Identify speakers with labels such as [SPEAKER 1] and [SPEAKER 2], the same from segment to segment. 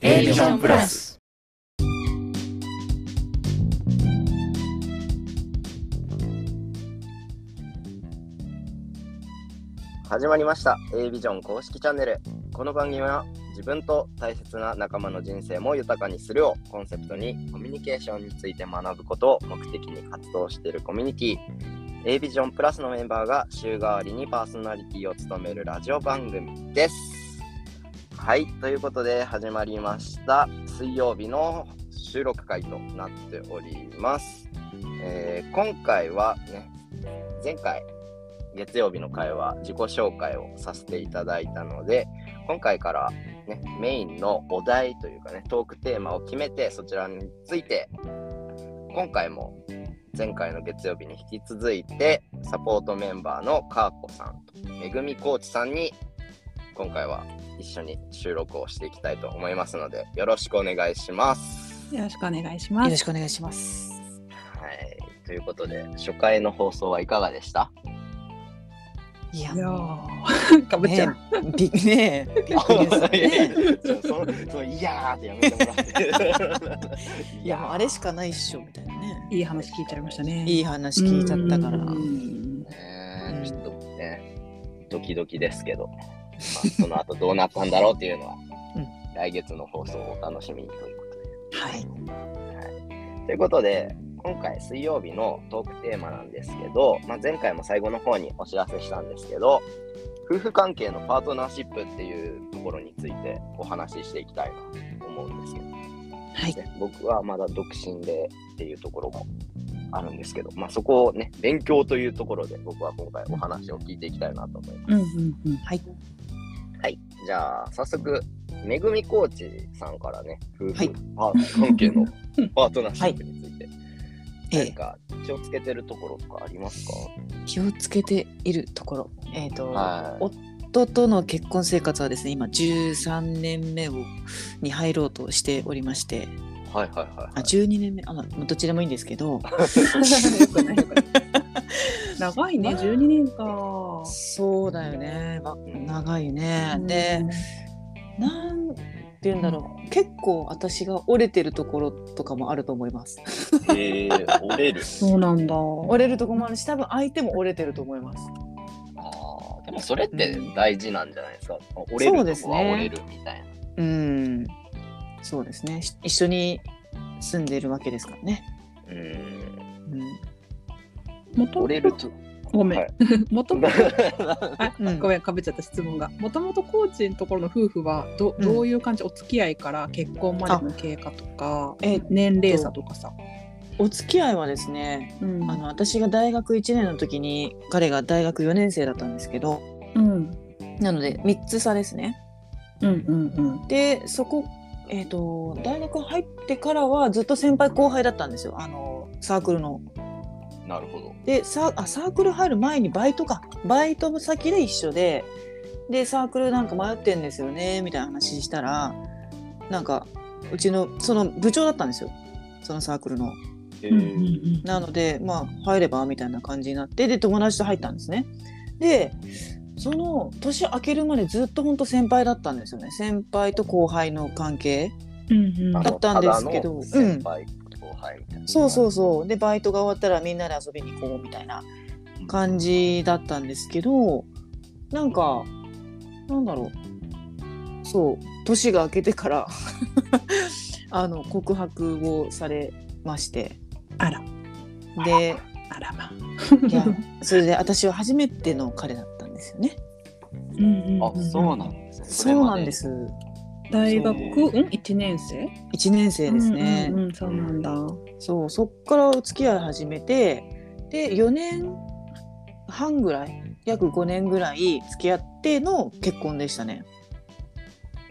[SPEAKER 1] A ビジョンプラス
[SPEAKER 2] 始まりました A ビジョン公式チャンネルこの番組は自分と大切な仲間の人生も豊かにするをコンセプトにコミュニケーションについて学ぶことを目的に活動しているコミュニティ A ビジョンプラスのメンバーが週替わりにパーソナリティを務めるラジオ番組ですはいということで始まりました水曜日の収録会となっております、えー今回はね前回月曜日の会は自己紹介をさせていただいたので今回から、ね、メインのお題というかねトークテーマを決めてそちらについて今回も前回の月曜日に引き続いてサポートメンバーのかーこさんとめぐみコーチさんに今回は一緒に収録をしていきたいと思いますのでよろしくお願いします。
[SPEAKER 1] よろしくお願いし
[SPEAKER 3] よ
[SPEAKER 1] ま
[SPEAKER 3] ろ
[SPEAKER 1] す
[SPEAKER 3] しくお願いします。
[SPEAKER 2] はい、ということで初回の放送はいかがでした
[SPEAKER 3] いや
[SPEAKER 1] い、やーかぶっちゃう、
[SPEAKER 3] ねえ、びねえ、びっくりですよ
[SPEAKER 2] いやい
[SPEAKER 3] ね。
[SPEAKER 2] やそのそのいやーってやめてもらって。
[SPEAKER 3] いや、もうあれしかないっしょみたいなね。
[SPEAKER 1] いい話聞いちゃいましたね
[SPEAKER 3] いい話聞いちゃったから。
[SPEAKER 1] うん
[SPEAKER 2] ねえちょっとね、ドキドキですけど、まあ、その後どうなったんだろうっていうのは、
[SPEAKER 3] うん
[SPEAKER 2] 来月の放送をお楽しみにということで。
[SPEAKER 3] はい。
[SPEAKER 2] ということで、今回水曜日のトークテーマなんですけど、まあ、前回も最後の方にお知らせしたんですけど、夫婦関係のパートナーシップっていうところについてお話ししていきたいなと思うんですけど。
[SPEAKER 3] はい。
[SPEAKER 2] ね僕はまだ独身でっていうところもあるんですけど、まあ、そこをね勉強というところで僕は今回お話を聞いていきたいなと思います。
[SPEAKER 1] うんうんうん
[SPEAKER 3] はい。
[SPEAKER 2] はい、じゃあ早速めぐみコーチさんからね夫
[SPEAKER 3] はい
[SPEAKER 2] 婦パート関係のパートナーシップについて、
[SPEAKER 3] え
[SPEAKER 2] 何
[SPEAKER 3] え、
[SPEAKER 2] か気をつけてるところとかありますか、
[SPEAKER 3] 気をつけているところ。えっ、と、
[SPEAKER 2] はい
[SPEAKER 3] 夫との結婚生活はですね、今13年目をに入ろうとしておりまして、
[SPEAKER 2] はいはいは
[SPEAKER 3] あ、
[SPEAKER 2] い
[SPEAKER 3] 12年目、あ、まあどっちでもいいんですけど、
[SPEAKER 1] よ くないよくない長いね12年か
[SPEAKER 3] そうだよね、ま長いね。で、なんて言うんだろう結構私が折れてるところとかもあると思います
[SPEAKER 2] はい。えー、折れる。
[SPEAKER 1] そうなんだ
[SPEAKER 3] 折れるところもあるし多分相手も折れてると思います
[SPEAKER 2] あーでもそれって大事なんじゃないですか。折れるとこは折れるみたいな。
[SPEAKER 3] うんそうですねし一緒に住んでるわけですからね、
[SPEAKER 2] うん
[SPEAKER 3] う
[SPEAKER 1] もと
[SPEAKER 2] 折れると。
[SPEAKER 1] ごめん、
[SPEAKER 2] はい
[SPEAKER 1] も ともとあ
[SPEAKER 3] んうん
[SPEAKER 1] ごめんかぶっちゃった質問がもともとコーチのところの夫婦はど
[SPEAKER 3] うん
[SPEAKER 1] どういう感じ、お付き合いから結婚までの経過とか
[SPEAKER 3] え
[SPEAKER 1] 年齢差とかさ、
[SPEAKER 3] お付き合いはですね
[SPEAKER 1] うん
[SPEAKER 3] あの私が大学1年の時に彼が大学4年生だったんですけど
[SPEAKER 1] うん
[SPEAKER 3] なので3つ差ですね
[SPEAKER 1] うんうんうん
[SPEAKER 3] でそこ、えー、と大学入ってからはずっと先輩後輩だったんですよあのサークルの
[SPEAKER 2] なるほど。
[SPEAKER 3] でサーあサークル入る前にバイトかバイト先で一緒ででサークルなんか迷ってんですよねみたいな話したらなんかうちのその部長だったんですよそのサークルの
[SPEAKER 2] え
[SPEAKER 1] うんうん
[SPEAKER 3] なのでまあ入ればみたいな感じになってで友達と入ったんですねでその年明けるまでずっと本当先輩だったんですよね先輩と後輩の関係
[SPEAKER 1] うん
[SPEAKER 2] あの
[SPEAKER 3] だったんですけど
[SPEAKER 2] ただの先輩後輩みたいな。
[SPEAKER 3] そうそうそうでバイトが終わったらみんなで遊びに行こうみたいな感じだったんですけどなんかなんだろうそう年が明けてから あの告白をされまして
[SPEAKER 1] あら
[SPEAKER 3] で
[SPEAKER 1] あらまあ
[SPEAKER 3] いやそれで私は初めての彼だったんですよね。
[SPEAKER 1] うん
[SPEAKER 2] あ、そうなんんですね。。
[SPEAKER 3] そうなんですす
[SPEAKER 1] 大学
[SPEAKER 2] そ
[SPEAKER 1] うん一年生
[SPEAKER 3] 1年生ですね。
[SPEAKER 1] うんうんうんそうなんだ
[SPEAKER 3] そうそっからお付き合い始めてで4年半ぐらい約5年ぐらい付き合っての結婚でしたね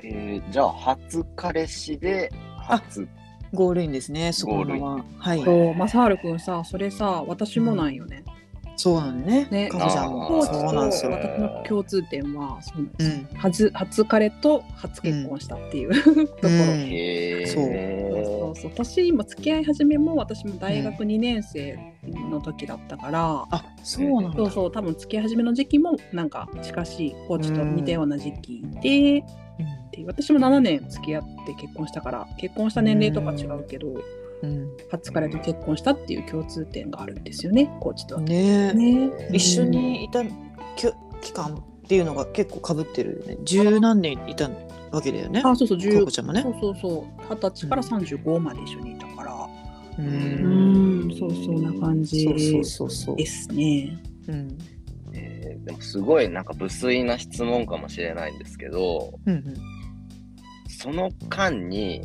[SPEAKER 2] えーじゃあ初彼氏で初。
[SPEAKER 3] ゴールインですねそこのままはい
[SPEAKER 1] そう正春くんさそれさ私もなんよね
[SPEAKER 3] そうなのね
[SPEAKER 1] ね
[SPEAKER 3] かほちゃん
[SPEAKER 2] あ
[SPEAKER 1] コ
[SPEAKER 3] も
[SPEAKER 2] ー
[SPEAKER 1] ーチ
[SPEAKER 3] そうなんです
[SPEAKER 1] と
[SPEAKER 3] よ
[SPEAKER 1] 私の共通点はそうなんで
[SPEAKER 3] う
[SPEAKER 1] すよ
[SPEAKER 3] ん
[SPEAKER 1] 初初彼と初結婚したっていうとこ
[SPEAKER 3] う
[SPEAKER 1] ろ
[SPEAKER 3] ん
[SPEAKER 2] へえ。
[SPEAKER 3] そう
[SPEAKER 1] そ
[SPEAKER 2] そう
[SPEAKER 1] そう私今付き合い始めも私も大学2年生の時だったから、
[SPEAKER 3] あそうなんだ
[SPEAKER 1] そうそう多分付き合い始めの時期もなんか近しいコーチと似たような時期で、ていう私も7年付き合って結婚したから結婚した年齢とか違うけど
[SPEAKER 3] うん
[SPEAKER 1] 初彼と結婚したっていう共通点があるんですよねコーチとは。
[SPEAKER 3] ねえ
[SPEAKER 1] ね
[SPEAKER 3] 一緒にいたきょ期間っていうのが結構かぶってるよね十何年いたわけだよね
[SPEAKER 1] あそうそう
[SPEAKER 3] か
[SPEAKER 1] 10
[SPEAKER 3] こちゃんもね
[SPEAKER 1] そうそうそう二十歳から35まで一緒にいたから
[SPEAKER 3] う
[SPEAKER 1] うんんそうそんな感じ
[SPEAKER 3] そうそうそうそう
[SPEAKER 1] ですね。
[SPEAKER 3] うん
[SPEAKER 2] えーでもすごいなんか無粋な質問かもしれないんですけど
[SPEAKER 3] うんうん
[SPEAKER 2] その間に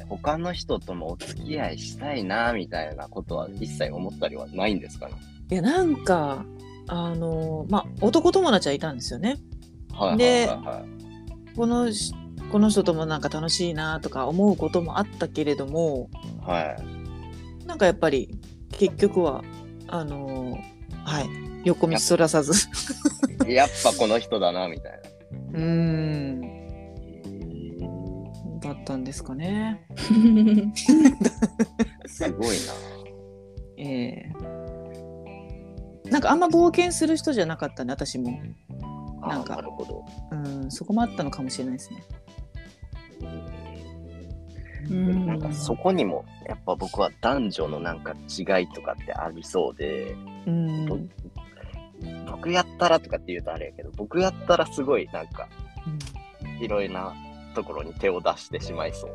[SPEAKER 3] うん
[SPEAKER 2] 他の人ともお付き合いしたいなみたいなことは一切思ったりはないんですかね
[SPEAKER 3] いやなんかあのまあ男友達はいたんですよね
[SPEAKER 2] はいはい
[SPEAKER 3] で
[SPEAKER 2] はいはい
[SPEAKER 3] このしこの人ともなんか楽しいなとか思うこともあったけれども
[SPEAKER 2] はい。
[SPEAKER 3] なんかやっぱり結局はあのはい横道そらさず
[SPEAKER 2] やっぱこの人だなみたい な。
[SPEAKER 3] うーんだったんですかね
[SPEAKER 2] すごい
[SPEAKER 3] ええなんかあんま冒険する人じゃなかったんで私も
[SPEAKER 2] な。
[SPEAKER 3] なんか
[SPEAKER 2] あーなるほど。
[SPEAKER 3] うんそこもあったのかもしれないですね
[SPEAKER 1] うん
[SPEAKER 2] なんかそこにもやっぱ僕は男女のなんか違いとかってありそうで、
[SPEAKER 3] うん
[SPEAKER 2] ぼ僕やったらとかって言うとあれやけど僕やったらすごいなんかいろいろなところに手を出してしまいそう。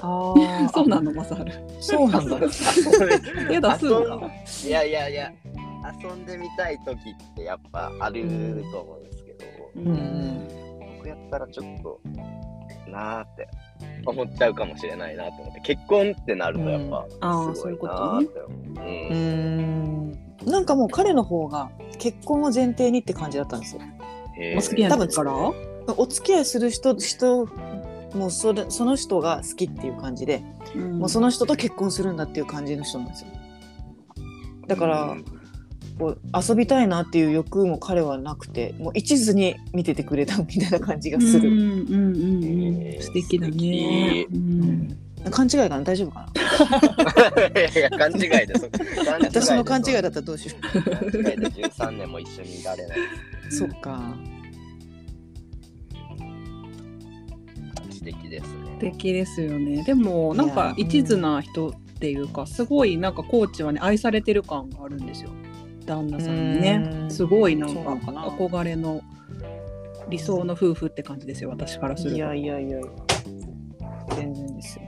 [SPEAKER 3] ああ
[SPEAKER 1] そうなのマサル。
[SPEAKER 3] そうなん だ
[SPEAKER 1] 手 出すんだ。
[SPEAKER 2] いやいやいや遊んでみたい時ってやっぱあると思うんですけど、
[SPEAKER 1] う
[SPEAKER 3] うんん
[SPEAKER 2] 僕やったらちょっとなーって思っちゃうかもしれないなと思って結婚ってなるとやっぱ
[SPEAKER 1] ああ
[SPEAKER 2] す
[SPEAKER 1] そ
[SPEAKER 2] ご
[SPEAKER 1] うい
[SPEAKER 2] いう
[SPEAKER 1] こ
[SPEAKER 2] な
[SPEAKER 1] と
[SPEAKER 2] ー
[SPEAKER 1] ね
[SPEAKER 2] っ。て思う。
[SPEAKER 3] うー
[SPEAKER 2] うん
[SPEAKER 3] んなんかもう彼の方が結婚を前提にって感じだったんですよ。
[SPEAKER 2] へー
[SPEAKER 1] お好きや
[SPEAKER 3] 多
[SPEAKER 1] だ
[SPEAKER 3] 分
[SPEAKER 1] から。
[SPEAKER 3] お付き合いする人人もうそれその人が好きっていう感じで、もうその人と結婚するんだっていう感じの人なんですよ。だから、
[SPEAKER 2] うん
[SPEAKER 3] こう遊びたいなっていう欲も彼はなくてもう一途に見ててくれたみたいな感じがす
[SPEAKER 1] うん
[SPEAKER 3] る。
[SPEAKER 1] うんうんうん。素敵だね。うん
[SPEAKER 3] 勘違いかな大丈夫かない
[SPEAKER 2] やいや勘違いです。勘違いです
[SPEAKER 3] 私の勘違いだったらどうしよう。
[SPEAKER 2] 勘違いで13年も一緒にいられない。
[SPEAKER 3] そっか。
[SPEAKER 2] 素敵です
[SPEAKER 1] 素
[SPEAKER 2] ね。
[SPEAKER 1] 敵ですよねでもなんか
[SPEAKER 3] いや
[SPEAKER 1] 一途な人っていうか、すごいなんかコーチはね愛されてる感があるんですよ旦那さんに
[SPEAKER 3] う
[SPEAKER 1] ね
[SPEAKER 3] ん
[SPEAKER 1] すごいなん
[SPEAKER 3] そう
[SPEAKER 1] か
[SPEAKER 3] なのかな
[SPEAKER 1] 憧れの理想の夫婦って感じですよ私からする
[SPEAKER 3] い
[SPEAKER 1] と
[SPEAKER 3] やいやいや全然ですよ。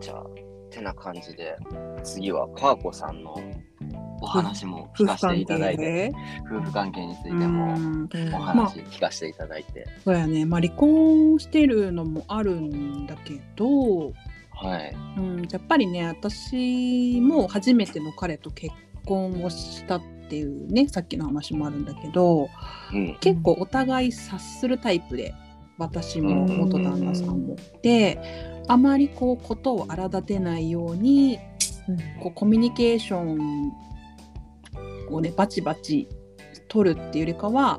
[SPEAKER 2] じゃあてな感じで次はかーこさんのお話も聞
[SPEAKER 1] 夫
[SPEAKER 2] か
[SPEAKER 1] 婦
[SPEAKER 2] せて
[SPEAKER 1] 関
[SPEAKER 2] いただ
[SPEAKER 1] 係
[SPEAKER 2] いて、
[SPEAKER 1] で
[SPEAKER 2] 夫婦関係について
[SPEAKER 1] う
[SPEAKER 2] も
[SPEAKER 1] ん
[SPEAKER 3] うん
[SPEAKER 2] お話聞かせていただいて、
[SPEAKER 1] そうやねまあ離婚してるのもあるんだけど、
[SPEAKER 2] はい。
[SPEAKER 1] うん、やっぱりね私も初めての彼と結婚をしたっていうねさっきの話もあるんだけど、
[SPEAKER 2] うん。
[SPEAKER 1] 結構お互い察するタイプで私も
[SPEAKER 2] うん
[SPEAKER 1] 元旦那さんも。であまりこうことを荒立てないようにこうコミュニケーションをねバチバチ取るっていうよりかは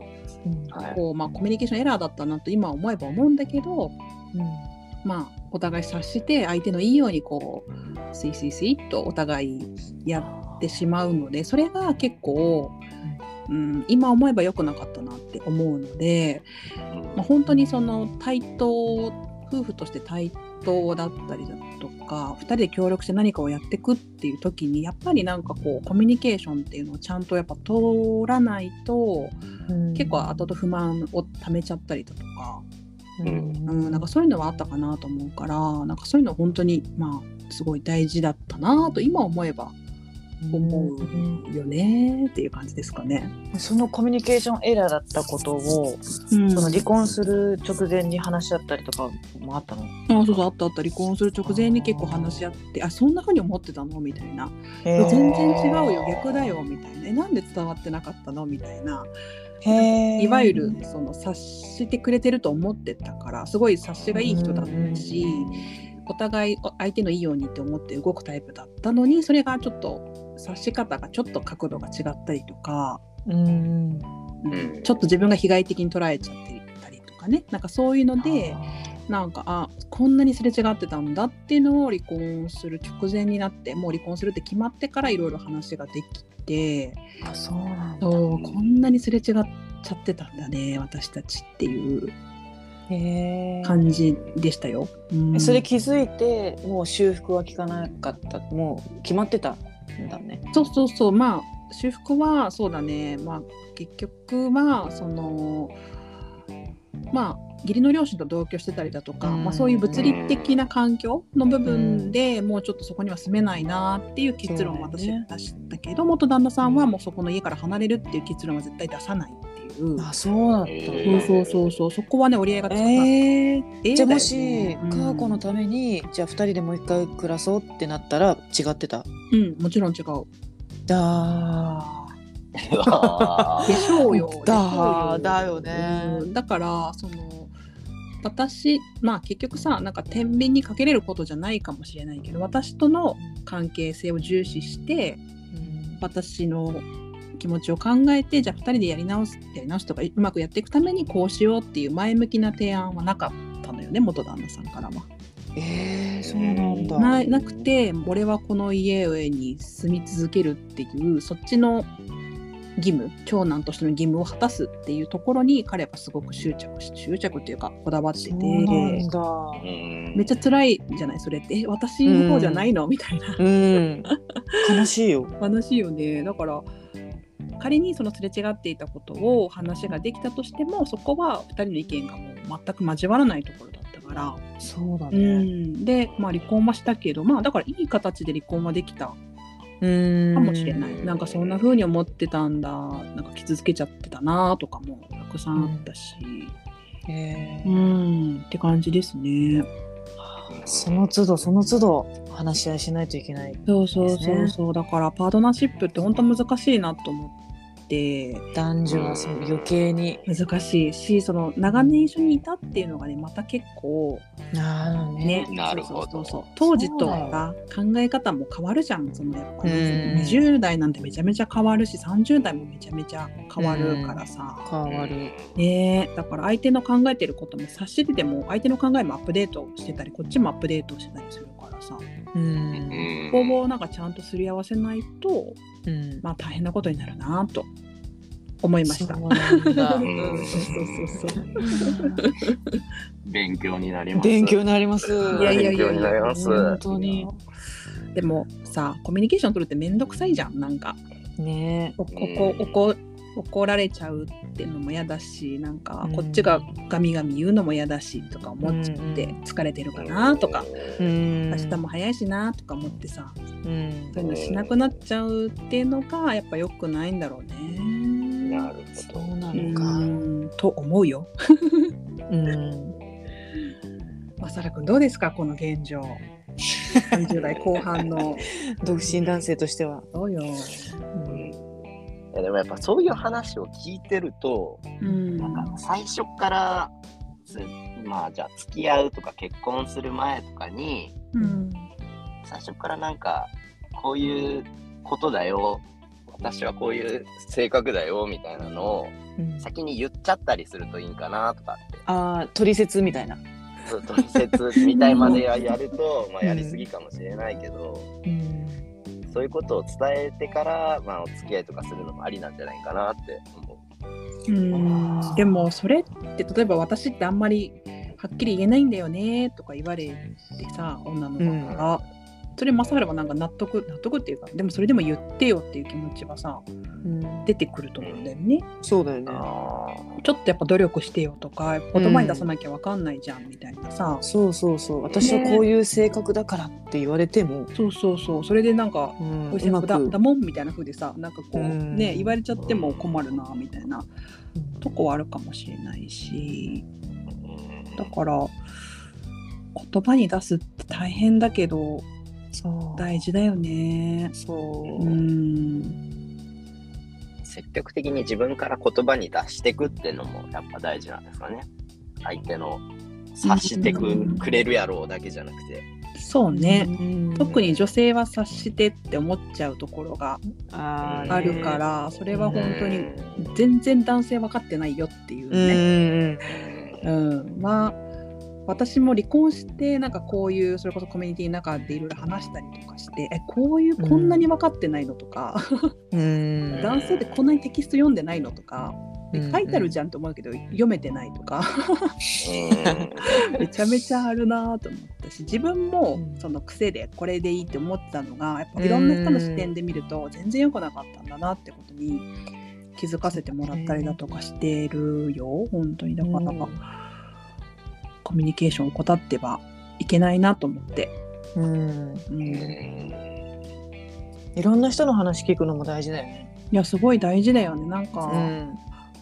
[SPEAKER 2] はい。
[SPEAKER 1] こう、まあ、コミュニケーションエラーだったなと今思えば思うんだけど、
[SPEAKER 3] う
[SPEAKER 1] まあ、お互い察して相手のいいようにこうスイスイスイっとお互いやってしまうのでそれが結構、うん、今思えば良くなかったなって思うので。まあ、本当にその対等夫婦として対等だったりだとか2人で協力して何かをやっていくっていう時にやっぱりなんかこうコミュニケーションっていうのをちゃんとやっぱ通らないと
[SPEAKER 3] ん
[SPEAKER 1] 結構後々不満を溜めちゃったりだとか、
[SPEAKER 2] う
[SPEAKER 1] うん、なんかそういうのはあったかなと思うからなんかそういうの本当にまあすごい大事だったなと今思えば思うよねっていう感じですかね。
[SPEAKER 3] そのコミュニケーションエラーだったことを、
[SPEAKER 1] うん
[SPEAKER 3] その離婚する直前に話し合ったりとかもあったの。
[SPEAKER 1] あそうそうあったあった離婚する直前に結構話し合ってあそんな風に思ってたのみたいな
[SPEAKER 3] へー
[SPEAKER 1] 全然違うよ逆だよみたいなえなんで伝わってなかったのみたいな
[SPEAKER 3] へー
[SPEAKER 1] いわゆるその察してくれてると思ってたからすごい察しがいい人だったしお互いお相手のいいようにって思って動くタイプだったのにそれがちょっと察し方がちょっと角度が違ったりとか、
[SPEAKER 3] うん
[SPEAKER 1] うん
[SPEAKER 2] うん
[SPEAKER 1] ちょっと自分が被害的に捉えちゃってたりとかねなんかそういうので。なんかあこんなにすれ違ってたんだっていうのを離婚する直前になってもう離婚するって決まってからいろいろ話ができて
[SPEAKER 3] あそうなんだ
[SPEAKER 1] そうこんなにすれ違っちゃってたんだね私たちっていう
[SPEAKER 3] へえ
[SPEAKER 1] 感じでしたよ。うん
[SPEAKER 3] それ気づいてもう修復は効かなかったもう決まってたんだね
[SPEAKER 1] そうそうそうまあ修復はそうだねまあ結局はそのまあ義理の両親と同居してたりだとか、
[SPEAKER 3] うん
[SPEAKER 1] まあ、そういう物理的な環境の部分でもうちょっとそこには住めないなっていう結論を
[SPEAKER 3] そう
[SPEAKER 1] 私
[SPEAKER 3] だよ
[SPEAKER 1] は
[SPEAKER 3] ね
[SPEAKER 1] 出したけど、元旦那さんはもうそこの家から離れるっていう結論は絶対出さないっていう、
[SPEAKER 3] あそうだった
[SPEAKER 2] へー
[SPEAKER 1] そうそうそうそうそこはね折り合いがつかなかっ
[SPEAKER 3] え
[SPEAKER 1] た
[SPEAKER 3] え
[SPEAKER 1] ええ
[SPEAKER 3] じゃあ
[SPEAKER 1] だよね
[SPEAKER 3] もし
[SPEAKER 1] うん
[SPEAKER 3] 佳和子のためにじゃあ2人でもう一回暮らそうってなったら違ってた
[SPEAKER 1] うん、もちろん違う。
[SPEAKER 3] だ
[SPEAKER 2] あ
[SPEAKER 1] でしょうよ。
[SPEAKER 3] だ
[SPEAKER 1] でしょう
[SPEAKER 3] だよね
[SPEAKER 1] うんだからその私まあ結局さなんか天秤にかけれることじゃないかもしれないけど私との関係性を重視して私の気持ちを考えてじゃあ2人でやり直すやり直すとかうまくやっていくためにこうしようっていう前向きな提案はなかったのよね元旦那さんからは。
[SPEAKER 3] えー、そうなんだ
[SPEAKER 1] ななくて俺はこの家に住み続けるっていうそっちの義務長男としての義務を果たすっていうところに彼はすごく執着し執着っていうかこだわってて
[SPEAKER 3] そうなんだ
[SPEAKER 1] めっちゃ辛いじゃないそれってえ私の方じゃないの、みたいな
[SPEAKER 3] うん 悲しいよ
[SPEAKER 1] 話よねだから仮にそのすれ違っていたことを話ができたとしてもそこは2人の意見がもう全く交わらないところだったから。
[SPEAKER 3] そうだ
[SPEAKER 1] う、ん、で、まあ、離婚はしたけどまあだからいい形で離婚はできた
[SPEAKER 3] うん、
[SPEAKER 1] かもしれない、
[SPEAKER 2] うん
[SPEAKER 1] なんかそんな風に思ってたんだなんか傷つけちゃってたなとかもたくさんあったし
[SPEAKER 3] え
[SPEAKER 1] う
[SPEAKER 3] ー
[SPEAKER 1] ん、って感じですね
[SPEAKER 3] その都度その都度話し合いしないといけない
[SPEAKER 1] そうそう
[SPEAKER 3] です
[SPEAKER 1] そう
[SPEAKER 3] ね
[SPEAKER 1] そう、だからパートナーシップって本当難しいなと思って
[SPEAKER 3] 男女はその余計に
[SPEAKER 1] 難しいしその長年一緒にいたっていうのがねまた結構
[SPEAKER 3] なる
[SPEAKER 1] ね
[SPEAKER 2] なるほど
[SPEAKER 1] そうそうそう当時とはさ考え方も変わるじゃんそのやっぱ
[SPEAKER 3] う
[SPEAKER 1] り
[SPEAKER 3] ん
[SPEAKER 1] 20代なんてめちゃめちゃ変わるし30代もめちゃめちゃ変わるからさ、
[SPEAKER 3] 変わる、
[SPEAKER 1] ねえだから相手の考えてることも察してても相手の考えもアップデートしてたりこっちもアップデートしてたりするからさ
[SPEAKER 3] うん
[SPEAKER 1] ここをなんかちゃんとすり合わせないと
[SPEAKER 3] うん、
[SPEAKER 1] まあ大変なことになるなと思いました。
[SPEAKER 3] そ
[SPEAKER 1] そう
[SPEAKER 3] なんだ
[SPEAKER 1] う そうそうそう
[SPEAKER 2] 勉強になります。
[SPEAKER 3] 勉強になります。
[SPEAKER 1] いやいやいやいや
[SPEAKER 2] 勉強になります
[SPEAKER 3] 本当に。
[SPEAKER 1] でもさコミュニケーション取るって面倒くさいじゃんなんか
[SPEAKER 3] ね
[SPEAKER 1] おこ
[SPEAKER 2] うん
[SPEAKER 1] こ怒怒られちゃうっていうのも嫌だしなんか
[SPEAKER 3] うん
[SPEAKER 1] こっちがガミガミ言うのも嫌だしとか思っちゃって
[SPEAKER 3] うん
[SPEAKER 1] 疲れてるかなとか
[SPEAKER 3] え。うん
[SPEAKER 1] 明日も早いしなとか思ってさ
[SPEAKER 3] うん
[SPEAKER 1] そういうのしなくなっちゃうっていうのがやっぱ良くないんだろうね。
[SPEAKER 2] なる
[SPEAKER 3] そ
[SPEAKER 2] ほど
[SPEAKER 3] う。な
[SPEAKER 1] う
[SPEAKER 3] のか。
[SPEAKER 1] んと思うよ。
[SPEAKER 3] うん。
[SPEAKER 1] まさらくんどうですかこの現状。30代後半の。
[SPEAKER 3] 独身男性としては。
[SPEAKER 1] そうよ。
[SPEAKER 2] うんいやでもやっぱそういう話を聞いてると、
[SPEAKER 1] うん。
[SPEAKER 2] なんか最初からつまあじゃあ付き合うとか結婚する前とかに
[SPEAKER 1] うん。
[SPEAKER 2] 最初からなんかこういうことだよ私はこういう性格だよみたいなのを
[SPEAKER 3] うん
[SPEAKER 2] 先に言っちゃったりするといいんかなとかって
[SPEAKER 3] ああ、取説みたいな。
[SPEAKER 2] ずっと季節みたいまでややるとまあやりすぎかもしれないけど、
[SPEAKER 3] うん。
[SPEAKER 2] そういうことを伝えてから、まあ、お付き合いとかするのもありなんじゃないかなって思う。
[SPEAKER 1] うんでもそれって例えば私ってあんまりはっきり言えないんだよねとか言われてさ女の子から。それまさらはなんか納得納得っていうかでもそれでも言ってよっていう気持ちはさ
[SPEAKER 3] うん
[SPEAKER 1] 出てくると思うんだよね。
[SPEAKER 3] そうだよね。
[SPEAKER 2] あ
[SPEAKER 1] ちょっとやっぱ努力してよとか言葉に出さなきゃわかんないじゃんみたいなさ、
[SPEAKER 3] そうそうそう。私はこういう性格だからって言われても。
[SPEAKER 1] そうそうそうそれでなんか
[SPEAKER 3] うん
[SPEAKER 1] 「おい
[SPEAKER 3] うん
[SPEAKER 1] だだもん」みたいな風でさなんかこ
[SPEAKER 3] う
[SPEAKER 1] う、
[SPEAKER 3] ん
[SPEAKER 1] ね言われちゃっても困るなみたいなとこはあるかもしれないしだから言葉に出すって大変だけど
[SPEAKER 3] そう。
[SPEAKER 1] 大事だよね。
[SPEAKER 3] そう
[SPEAKER 1] う。ん
[SPEAKER 2] 積極的に自分から言葉に出してくっていうのもやっぱ大事なんですかね。相手の察してく,、
[SPEAKER 1] うん
[SPEAKER 2] くれるやろうだけじゃなくて。
[SPEAKER 1] そうね、
[SPEAKER 3] うん
[SPEAKER 1] 特に女性は察してって思っちゃうところが
[SPEAKER 3] あー
[SPEAKER 1] あるか。らそれは本当
[SPEAKER 2] う
[SPEAKER 1] に
[SPEAKER 2] ん
[SPEAKER 1] 全然男性分かってないよっていう
[SPEAKER 3] うんう
[SPEAKER 1] ね。
[SPEAKER 3] ん
[SPEAKER 1] うん、まあ私も離婚してなんかこういうそれこそコミュニティの中でいろいろ話したりとかしてえこういうこんなに分かってないのとか、
[SPEAKER 3] うん。うん
[SPEAKER 1] 男性ってこんなにテキスト読んでないのとかで書いてあるじゃんと思うけど、読めてないと かめちゃめちゃあるなと思ったし自分も
[SPEAKER 3] うん
[SPEAKER 1] その癖でこれでいいって思ってたのがやっぱいろんな人の視点で見ると全然良くなかったんだなってことに気づかせてもらったりだとかしてるよ本当にだから、
[SPEAKER 3] うん
[SPEAKER 1] コミュニケーションを怠ってはいけないなと思って。
[SPEAKER 3] うん、
[SPEAKER 1] うん
[SPEAKER 2] うん
[SPEAKER 1] い
[SPEAKER 3] いろんな人の話聞くのも大事だよね。
[SPEAKER 1] やすごい大事だよねなんか、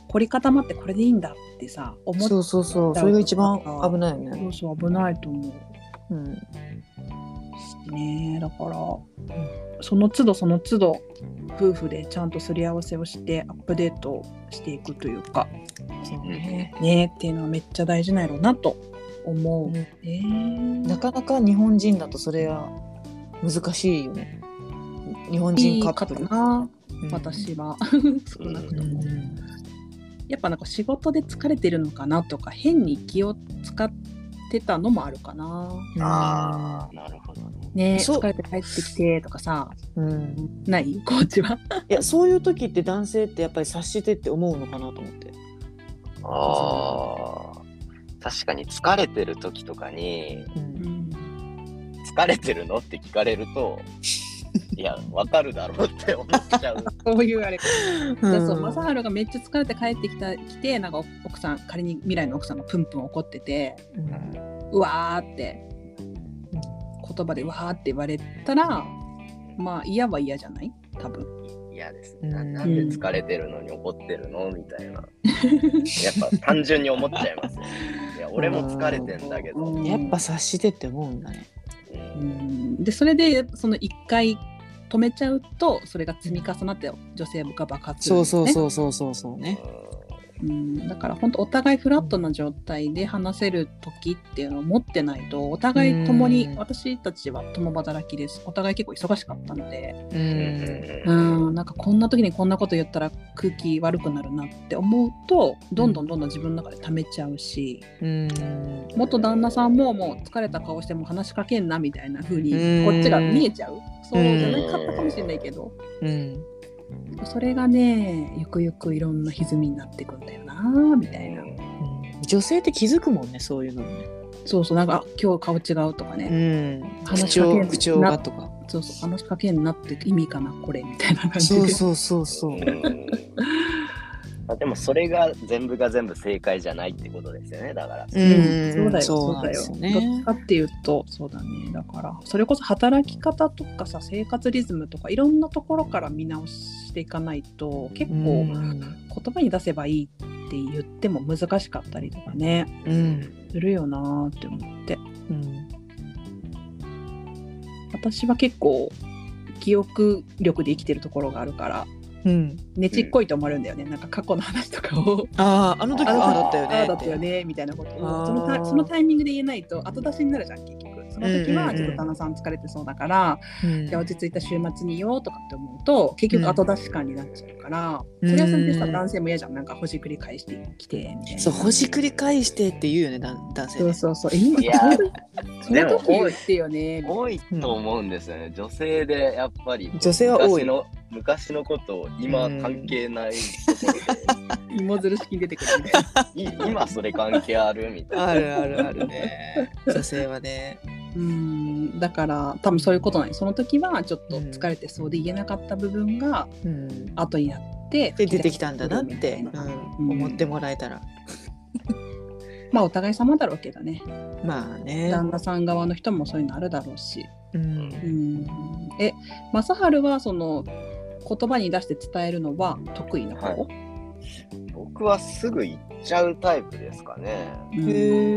[SPEAKER 1] 凝り固まってこれでいいんだってさ思っ
[SPEAKER 3] そうそうそう、それが一番危ないよね。
[SPEAKER 1] そうそう危ないと思う
[SPEAKER 3] うん、
[SPEAKER 1] しねだから、その都度その都度夫婦でちゃんとすり合わせをしてアップデートしていくというか
[SPEAKER 3] そう
[SPEAKER 2] ね
[SPEAKER 3] ね。
[SPEAKER 1] ねっていうのはめっちゃ大事なんやろうなと思う、
[SPEAKER 3] うん
[SPEAKER 1] ね
[SPEAKER 3] なかなか日本人だとそれは難しいよね。日本
[SPEAKER 1] い
[SPEAKER 3] 人
[SPEAKER 1] い
[SPEAKER 3] カ
[SPEAKER 1] か
[SPEAKER 3] ップル。
[SPEAKER 1] な、
[SPEAKER 3] うん
[SPEAKER 1] 私は 少なく
[SPEAKER 3] う
[SPEAKER 1] とも、
[SPEAKER 3] ん
[SPEAKER 1] やっぱなんか仕事で疲れてるのかなとか変に気を使ってたのもあるかな
[SPEAKER 2] ああ、なるほどね。
[SPEAKER 1] ね
[SPEAKER 3] そう
[SPEAKER 1] 疲れて帰ってきてとかさ
[SPEAKER 3] うん、
[SPEAKER 1] ない コーチは
[SPEAKER 3] いやそういう時って男性ってやっぱり察してって思うのかなと思って。
[SPEAKER 2] ああ。確かに疲れてる時とかに、
[SPEAKER 3] う
[SPEAKER 1] うんん
[SPEAKER 2] 疲れてるのって聞かれると、いや、わかるだろうって思っちゃう。
[SPEAKER 1] そういうあれ
[SPEAKER 3] う
[SPEAKER 1] で
[SPEAKER 3] ん
[SPEAKER 1] そう正治がめっちゃ疲れて帰ってきた来てなんか奥さん仮に未来の奥さんがプンプン怒ってて
[SPEAKER 3] うん
[SPEAKER 1] うわーって言葉でうわーって言われたらまあ嫌は嫌じゃない多分
[SPEAKER 2] 嫌です
[SPEAKER 3] う
[SPEAKER 2] ね。
[SPEAKER 3] ん
[SPEAKER 2] ななんで疲れてるのに怒ってるのみ たいな。やっぱ単純に思っちゃいますよね。いや、俺も疲れてんだけど。
[SPEAKER 3] やっぱ察してって思うんだね。
[SPEAKER 2] う
[SPEAKER 1] うんんでそれでその一回止めちゃうとそれが積み重なって女性が爆発するん
[SPEAKER 3] そ
[SPEAKER 1] で
[SPEAKER 3] う
[SPEAKER 1] す
[SPEAKER 3] そう
[SPEAKER 1] ね
[SPEAKER 3] そうそうそうそうね。
[SPEAKER 1] うんだから本当お互いフラットな状態で話せる時っていうのを持ってないとお互い共に
[SPEAKER 3] うん
[SPEAKER 1] 私たちは共働きですお互い結構忙しかったので
[SPEAKER 3] う
[SPEAKER 2] うんん
[SPEAKER 1] うんなんかこんな時にこんなこと言ったら空気悪くなるなって思うとどんどんどんどん自分の中で溜めちゃうし、
[SPEAKER 3] うん
[SPEAKER 1] 元旦那さんももう疲れた顔してもう話しかけんなみたいな風に
[SPEAKER 3] うん
[SPEAKER 1] こっちが見えちゃうそうじゃなかったかもしれないけど
[SPEAKER 3] うん
[SPEAKER 1] それがねゆくゆくいろんな歪みになってくんだよなみたいな
[SPEAKER 3] 女性って気づくもんねそういうのね、
[SPEAKER 1] そうそうなんかあ今日顔違うとかね、
[SPEAKER 3] うん、口
[SPEAKER 1] 話しかけ
[SPEAKER 3] 調
[SPEAKER 1] んな
[SPEAKER 3] 口調がとか
[SPEAKER 1] そうそう話しかけんなって意味かなこれみたいな感じで
[SPEAKER 3] そうそうそうそう
[SPEAKER 2] うんあでもそれが全部が全部正解じゃないってことですよねだから、
[SPEAKER 1] うんそうだよ、
[SPEAKER 3] そ
[SPEAKER 1] そうう
[SPEAKER 3] なん
[SPEAKER 1] だ
[SPEAKER 3] で
[SPEAKER 1] よ。
[SPEAKER 3] す
[SPEAKER 1] ど
[SPEAKER 3] よ
[SPEAKER 1] っち
[SPEAKER 3] ね
[SPEAKER 1] かっていうと、そうだね。だから、それこそ働き方とかさ、生活リズムとか、いろんなところから見直していかないと、結
[SPEAKER 3] うん
[SPEAKER 1] 構言葉に出せばいいって言っても難しかったりとかね、
[SPEAKER 3] うん
[SPEAKER 1] するよなーって思って。
[SPEAKER 3] うん
[SPEAKER 1] 私は結構、記憶力で生きてるところがあるから、
[SPEAKER 3] うん
[SPEAKER 1] ねちっこいと思われるんだよね。なんか過去の話とかを。
[SPEAKER 3] あああの時
[SPEAKER 2] あ
[SPEAKER 3] あ
[SPEAKER 2] の時
[SPEAKER 3] あだったよね
[SPEAKER 1] ああだったよねみたいなこと
[SPEAKER 3] あ
[SPEAKER 1] を
[SPEAKER 3] ー
[SPEAKER 1] そのタそのタイミングで言えないと後出しになるじゃん結局その時
[SPEAKER 3] うんうんう
[SPEAKER 1] は
[SPEAKER 3] ん
[SPEAKER 1] ちょっと旦那さん疲れてそうだから、
[SPEAKER 3] うん
[SPEAKER 1] じゃあ落ち着いた週末に言おうとかって思うと結局後出し感になっちゃうから、
[SPEAKER 3] うん
[SPEAKER 1] それはそれでさ男性も嫌じゃんなんかほじくり返してきてみたいな
[SPEAKER 3] そうほじくり返してって言うよねだん男性
[SPEAKER 1] そう
[SPEAKER 3] ね
[SPEAKER 1] そうそうえ今
[SPEAKER 2] いや
[SPEAKER 1] ちょうどそ
[SPEAKER 2] で
[SPEAKER 1] の
[SPEAKER 2] も
[SPEAKER 1] 時言ってよね
[SPEAKER 2] 多いと思うんですよね女性でやっぱり
[SPEAKER 3] 女性は多い
[SPEAKER 2] 昔の昔のことを今関 係ないとこ
[SPEAKER 1] 芋づる式に出てくるみたいな、
[SPEAKER 2] ろで、い今それ関係あるみたいな
[SPEAKER 3] あるあるあるね 女性はね
[SPEAKER 1] うんだから多分そういうことないその時はちょっと疲れてそうで言えなかった部分が
[SPEAKER 3] うん
[SPEAKER 1] 後になって
[SPEAKER 3] で出てきたんだなって、
[SPEAKER 1] う
[SPEAKER 3] う
[SPEAKER 1] ん
[SPEAKER 3] ん、思ってもらえたら
[SPEAKER 1] まあお互い様だろうけどね
[SPEAKER 3] まあね
[SPEAKER 1] 旦那さん側の人もそういうのあるだろうし。
[SPEAKER 3] うん
[SPEAKER 1] うん、え、正治はその言葉に出して伝えるのは得意な方、
[SPEAKER 2] は僕はすぐ行っちゃうタイプですかね
[SPEAKER 1] うん
[SPEAKER 3] へ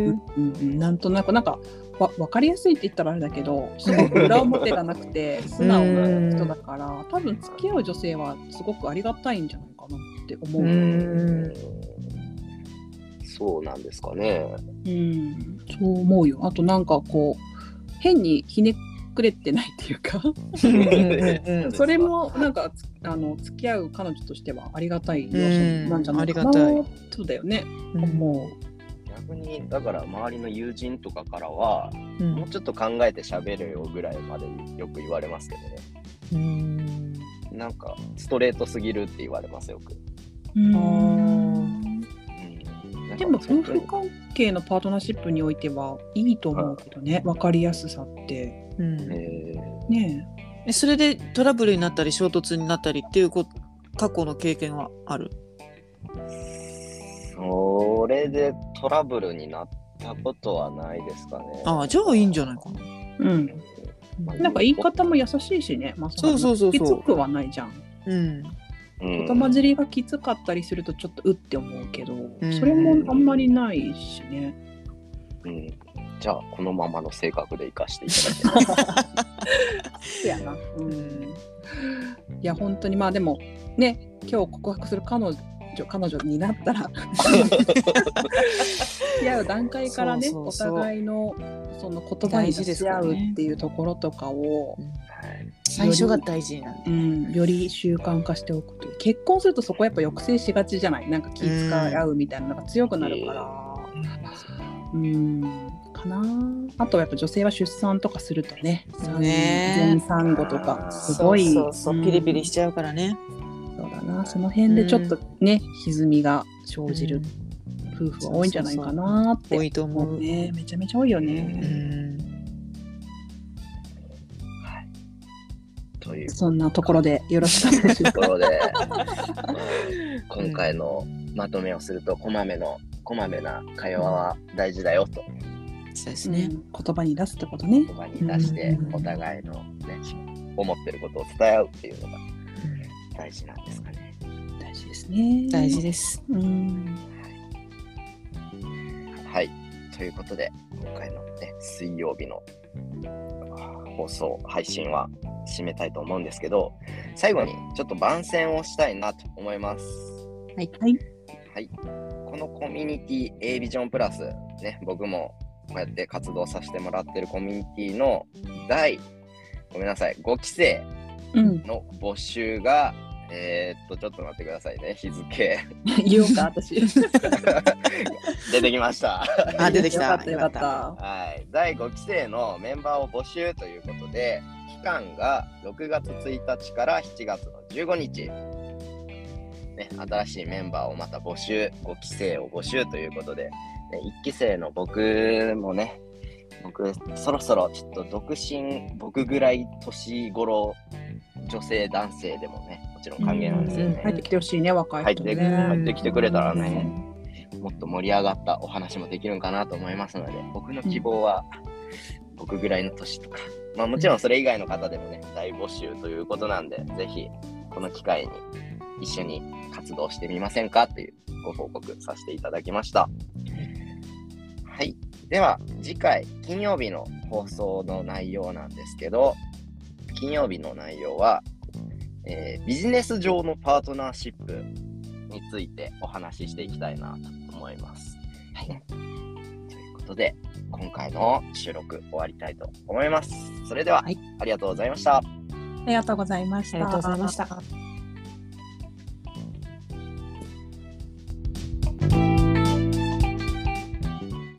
[SPEAKER 3] ー
[SPEAKER 1] うんうんなんとなくなんかわ分かりやすいって言ったらあれだけどすごく 裏表がなくて素直な人だから多分付き合う女性はすごくありがたいんじゃないかなって思う。
[SPEAKER 3] う
[SPEAKER 1] うん
[SPEAKER 3] ん
[SPEAKER 2] そうなんですかね
[SPEAKER 1] そう思うよ。あとなんかこう変にひねくれてないっていうか
[SPEAKER 3] うんうん うん
[SPEAKER 1] それもなんかつあの付き合う彼女としてはありがたい要素なんじゃないか
[SPEAKER 3] うん
[SPEAKER 1] な、
[SPEAKER 3] ありが
[SPEAKER 1] そうだよね、
[SPEAKER 3] う
[SPEAKER 1] 思
[SPEAKER 2] 逆にだから周りの友人とかからは
[SPEAKER 3] うん
[SPEAKER 2] もうちょっと考えて喋れよぐらいまでよく言われますけどね
[SPEAKER 3] うん
[SPEAKER 2] なんかストレートすぎるって言われますよく
[SPEAKER 1] う。
[SPEAKER 3] あー
[SPEAKER 1] でも夫
[SPEAKER 3] 本当に
[SPEAKER 1] 婦関係のパートナーシップにおいてはいいと思うけどね分かりやすさって
[SPEAKER 3] うん
[SPEAKER 2] え
[SPEAKER 1] ね
[SPEAKER 3] えそれでトラブルになったり衝突になったりっていうこ過去の経験はある
[SPEAKER 2] ーそれでトラブルになったことはないですかね。
[SPEAKER 3] ああじゃあいいんじゃないかな
[SPEAKER 1] えうん
[SPEAKER 2] まあ
[SPEAKER 1] なんか言い方も優しいしね、まあ、
[SPEAKER 3] そうそうそうそう
[SPEAKER 1] きつくはないじゃん
[SPEAKER 3] うん
[SPEAKER 2] うん
[SPEAKER 1] 言葉尻がきつかったりするとちょっとうって思うけど、
[SPEAKER 3] ん
[SPEAKER 1] それもあんまりないしね
[SPEAKER 2] うんじゃあこのままの性格で生かしていただ
[SPEAKER 1] そうやなうんいや本当にまあでもね今日告白する彼女彼女になっ たら付き合う段階からね
[SPEAKER 3] そうそうそう
[SPEAKER 1] お互いのその言葉に
[SPEAKER 3] 大事で
[SPEAKER 1] 付
[SPEAKER 3] す
[SPEAKER 1] き合
[SPEAKER 3] から
[SPEAKER 1] う
[SPEAKER 3] ね
[SPEAKER 1] っていうところとかを、
[SPEAKER 3] 最初が大事なん
[SPEAKER 1] う
[SPEAKER 3] で、
[SPEAKER 1] ん、より習慣化しておくという結婚するとそこやっぱ抑制しがちじゃないなんか気遣合うみたいなのが強くなるからうんかなあとはやっぱ女性は出産とかするとね産
[SPEAKER 3] ね
[SPEAKER 1] 前産後とかすごい
[SPEAKER 3] そうそうそう、
[SPEAKER 1] うん
[SPEAKER 3] ピリピリしちゃうからね
[SPEAKER 1] そうだなその辺でちょっとね、歪みが生じる夫婦は多いんじゃないかなって
[SPEAKER 3] 多いと思
[SPEAKER 1] 思
[SPEAKER 3] う、
[SPEAKER 1] うねめちゃめちゃ多いよ
[SPEAKER 3] う
[SPEAKER 1] ね、
[SPEAKER 3] ん
[SPEAKER 2] いてという
[SPEAKER 1] そんなところでよろしくお願いします
[SPEAKER 2] と ころで、うん今回のまとめをするとこまめのこまめな会話は大事だよと
[SPEAKER 3] そうです
[SPEAKER 1] うん
[SPEAKER 3] ね、
[SPEAKER 1] 言葉に出すってことね
[SPEAKER 2] 言葉に出して
[SPEAKER 3] うん
[SPEAKER 2] お互いのね思ってることを伝え合うっていうのが大事なんですかね。
[SPEAKER 1] 大事ですね
[SPEAKER 3] 大事です
[SPEAKER 1] うん
[SPEAKER 2] はい。ということで、今回のね、水曜日のあー放送、配信は締めたいと思うんですけど、最後にちょっと番宣をしたいなと思います。
[SPEAKER 1] はいはい
[SPEAKER 2] はい。このコミュニティ A ビジョンプラス、ね、僕もこうやって活動させてもらってるコミュニティの第、ごめんなさい、5期生
[SPEAKER 1] うん、
[SPEAKER 2] の募集が、えーっと、ちょっと待ってくださいね、日付。
[SPEAKER 1] 言おうか私
[SPEAKER 2] 出てきました。
[SPEAKER 3] あ出てきた
[SPEAKER 1] よかったよかった
[SPEAKER 2] はい、第5期生のメンバーを募集ということで期間が6月1日から7月の15日、ね、新しいメンバーをまた募集5期生を募集ということで、ね、1期生の僕もね僕そろそろちょっと独身僕ぐらい年頃女性男性でもねもちろん歓迎なんですよね
[SPEAKER 1] 入ってきてほしいね若
[SPEAKER 2] 入
[SPEAKER 1] い
[SPEAKER 2] っ
[SPEAKER 1] 人
[SPEAKER 2] て
[SPEAKER 1] ね
[SPEAKER 2] 入ってきてくれたらね、もっと盛り上がったお話もできるんかなと思いますので、僕の希望は、僕ぐらいの年とか、まあもちろんそれ以外の方でもね、大募集ということなんで、ぜひ、この機会に一緒に活動してみませんかというご報告させていただきました。はい。では、次回、金曜日の放送の内容なんですけど、金曜日の内容は、えービジネス上のパートナーシップについてお話ししていきたいなと思います。はい。ということで、今回の収録終わりたいと思います。それでは、
[SPEAKER 1] はい
[SPEAKER 2] ありがとうございました。
[SPEAKER 1] ありがとうございました
[SPEAKER 3] ありがとうございました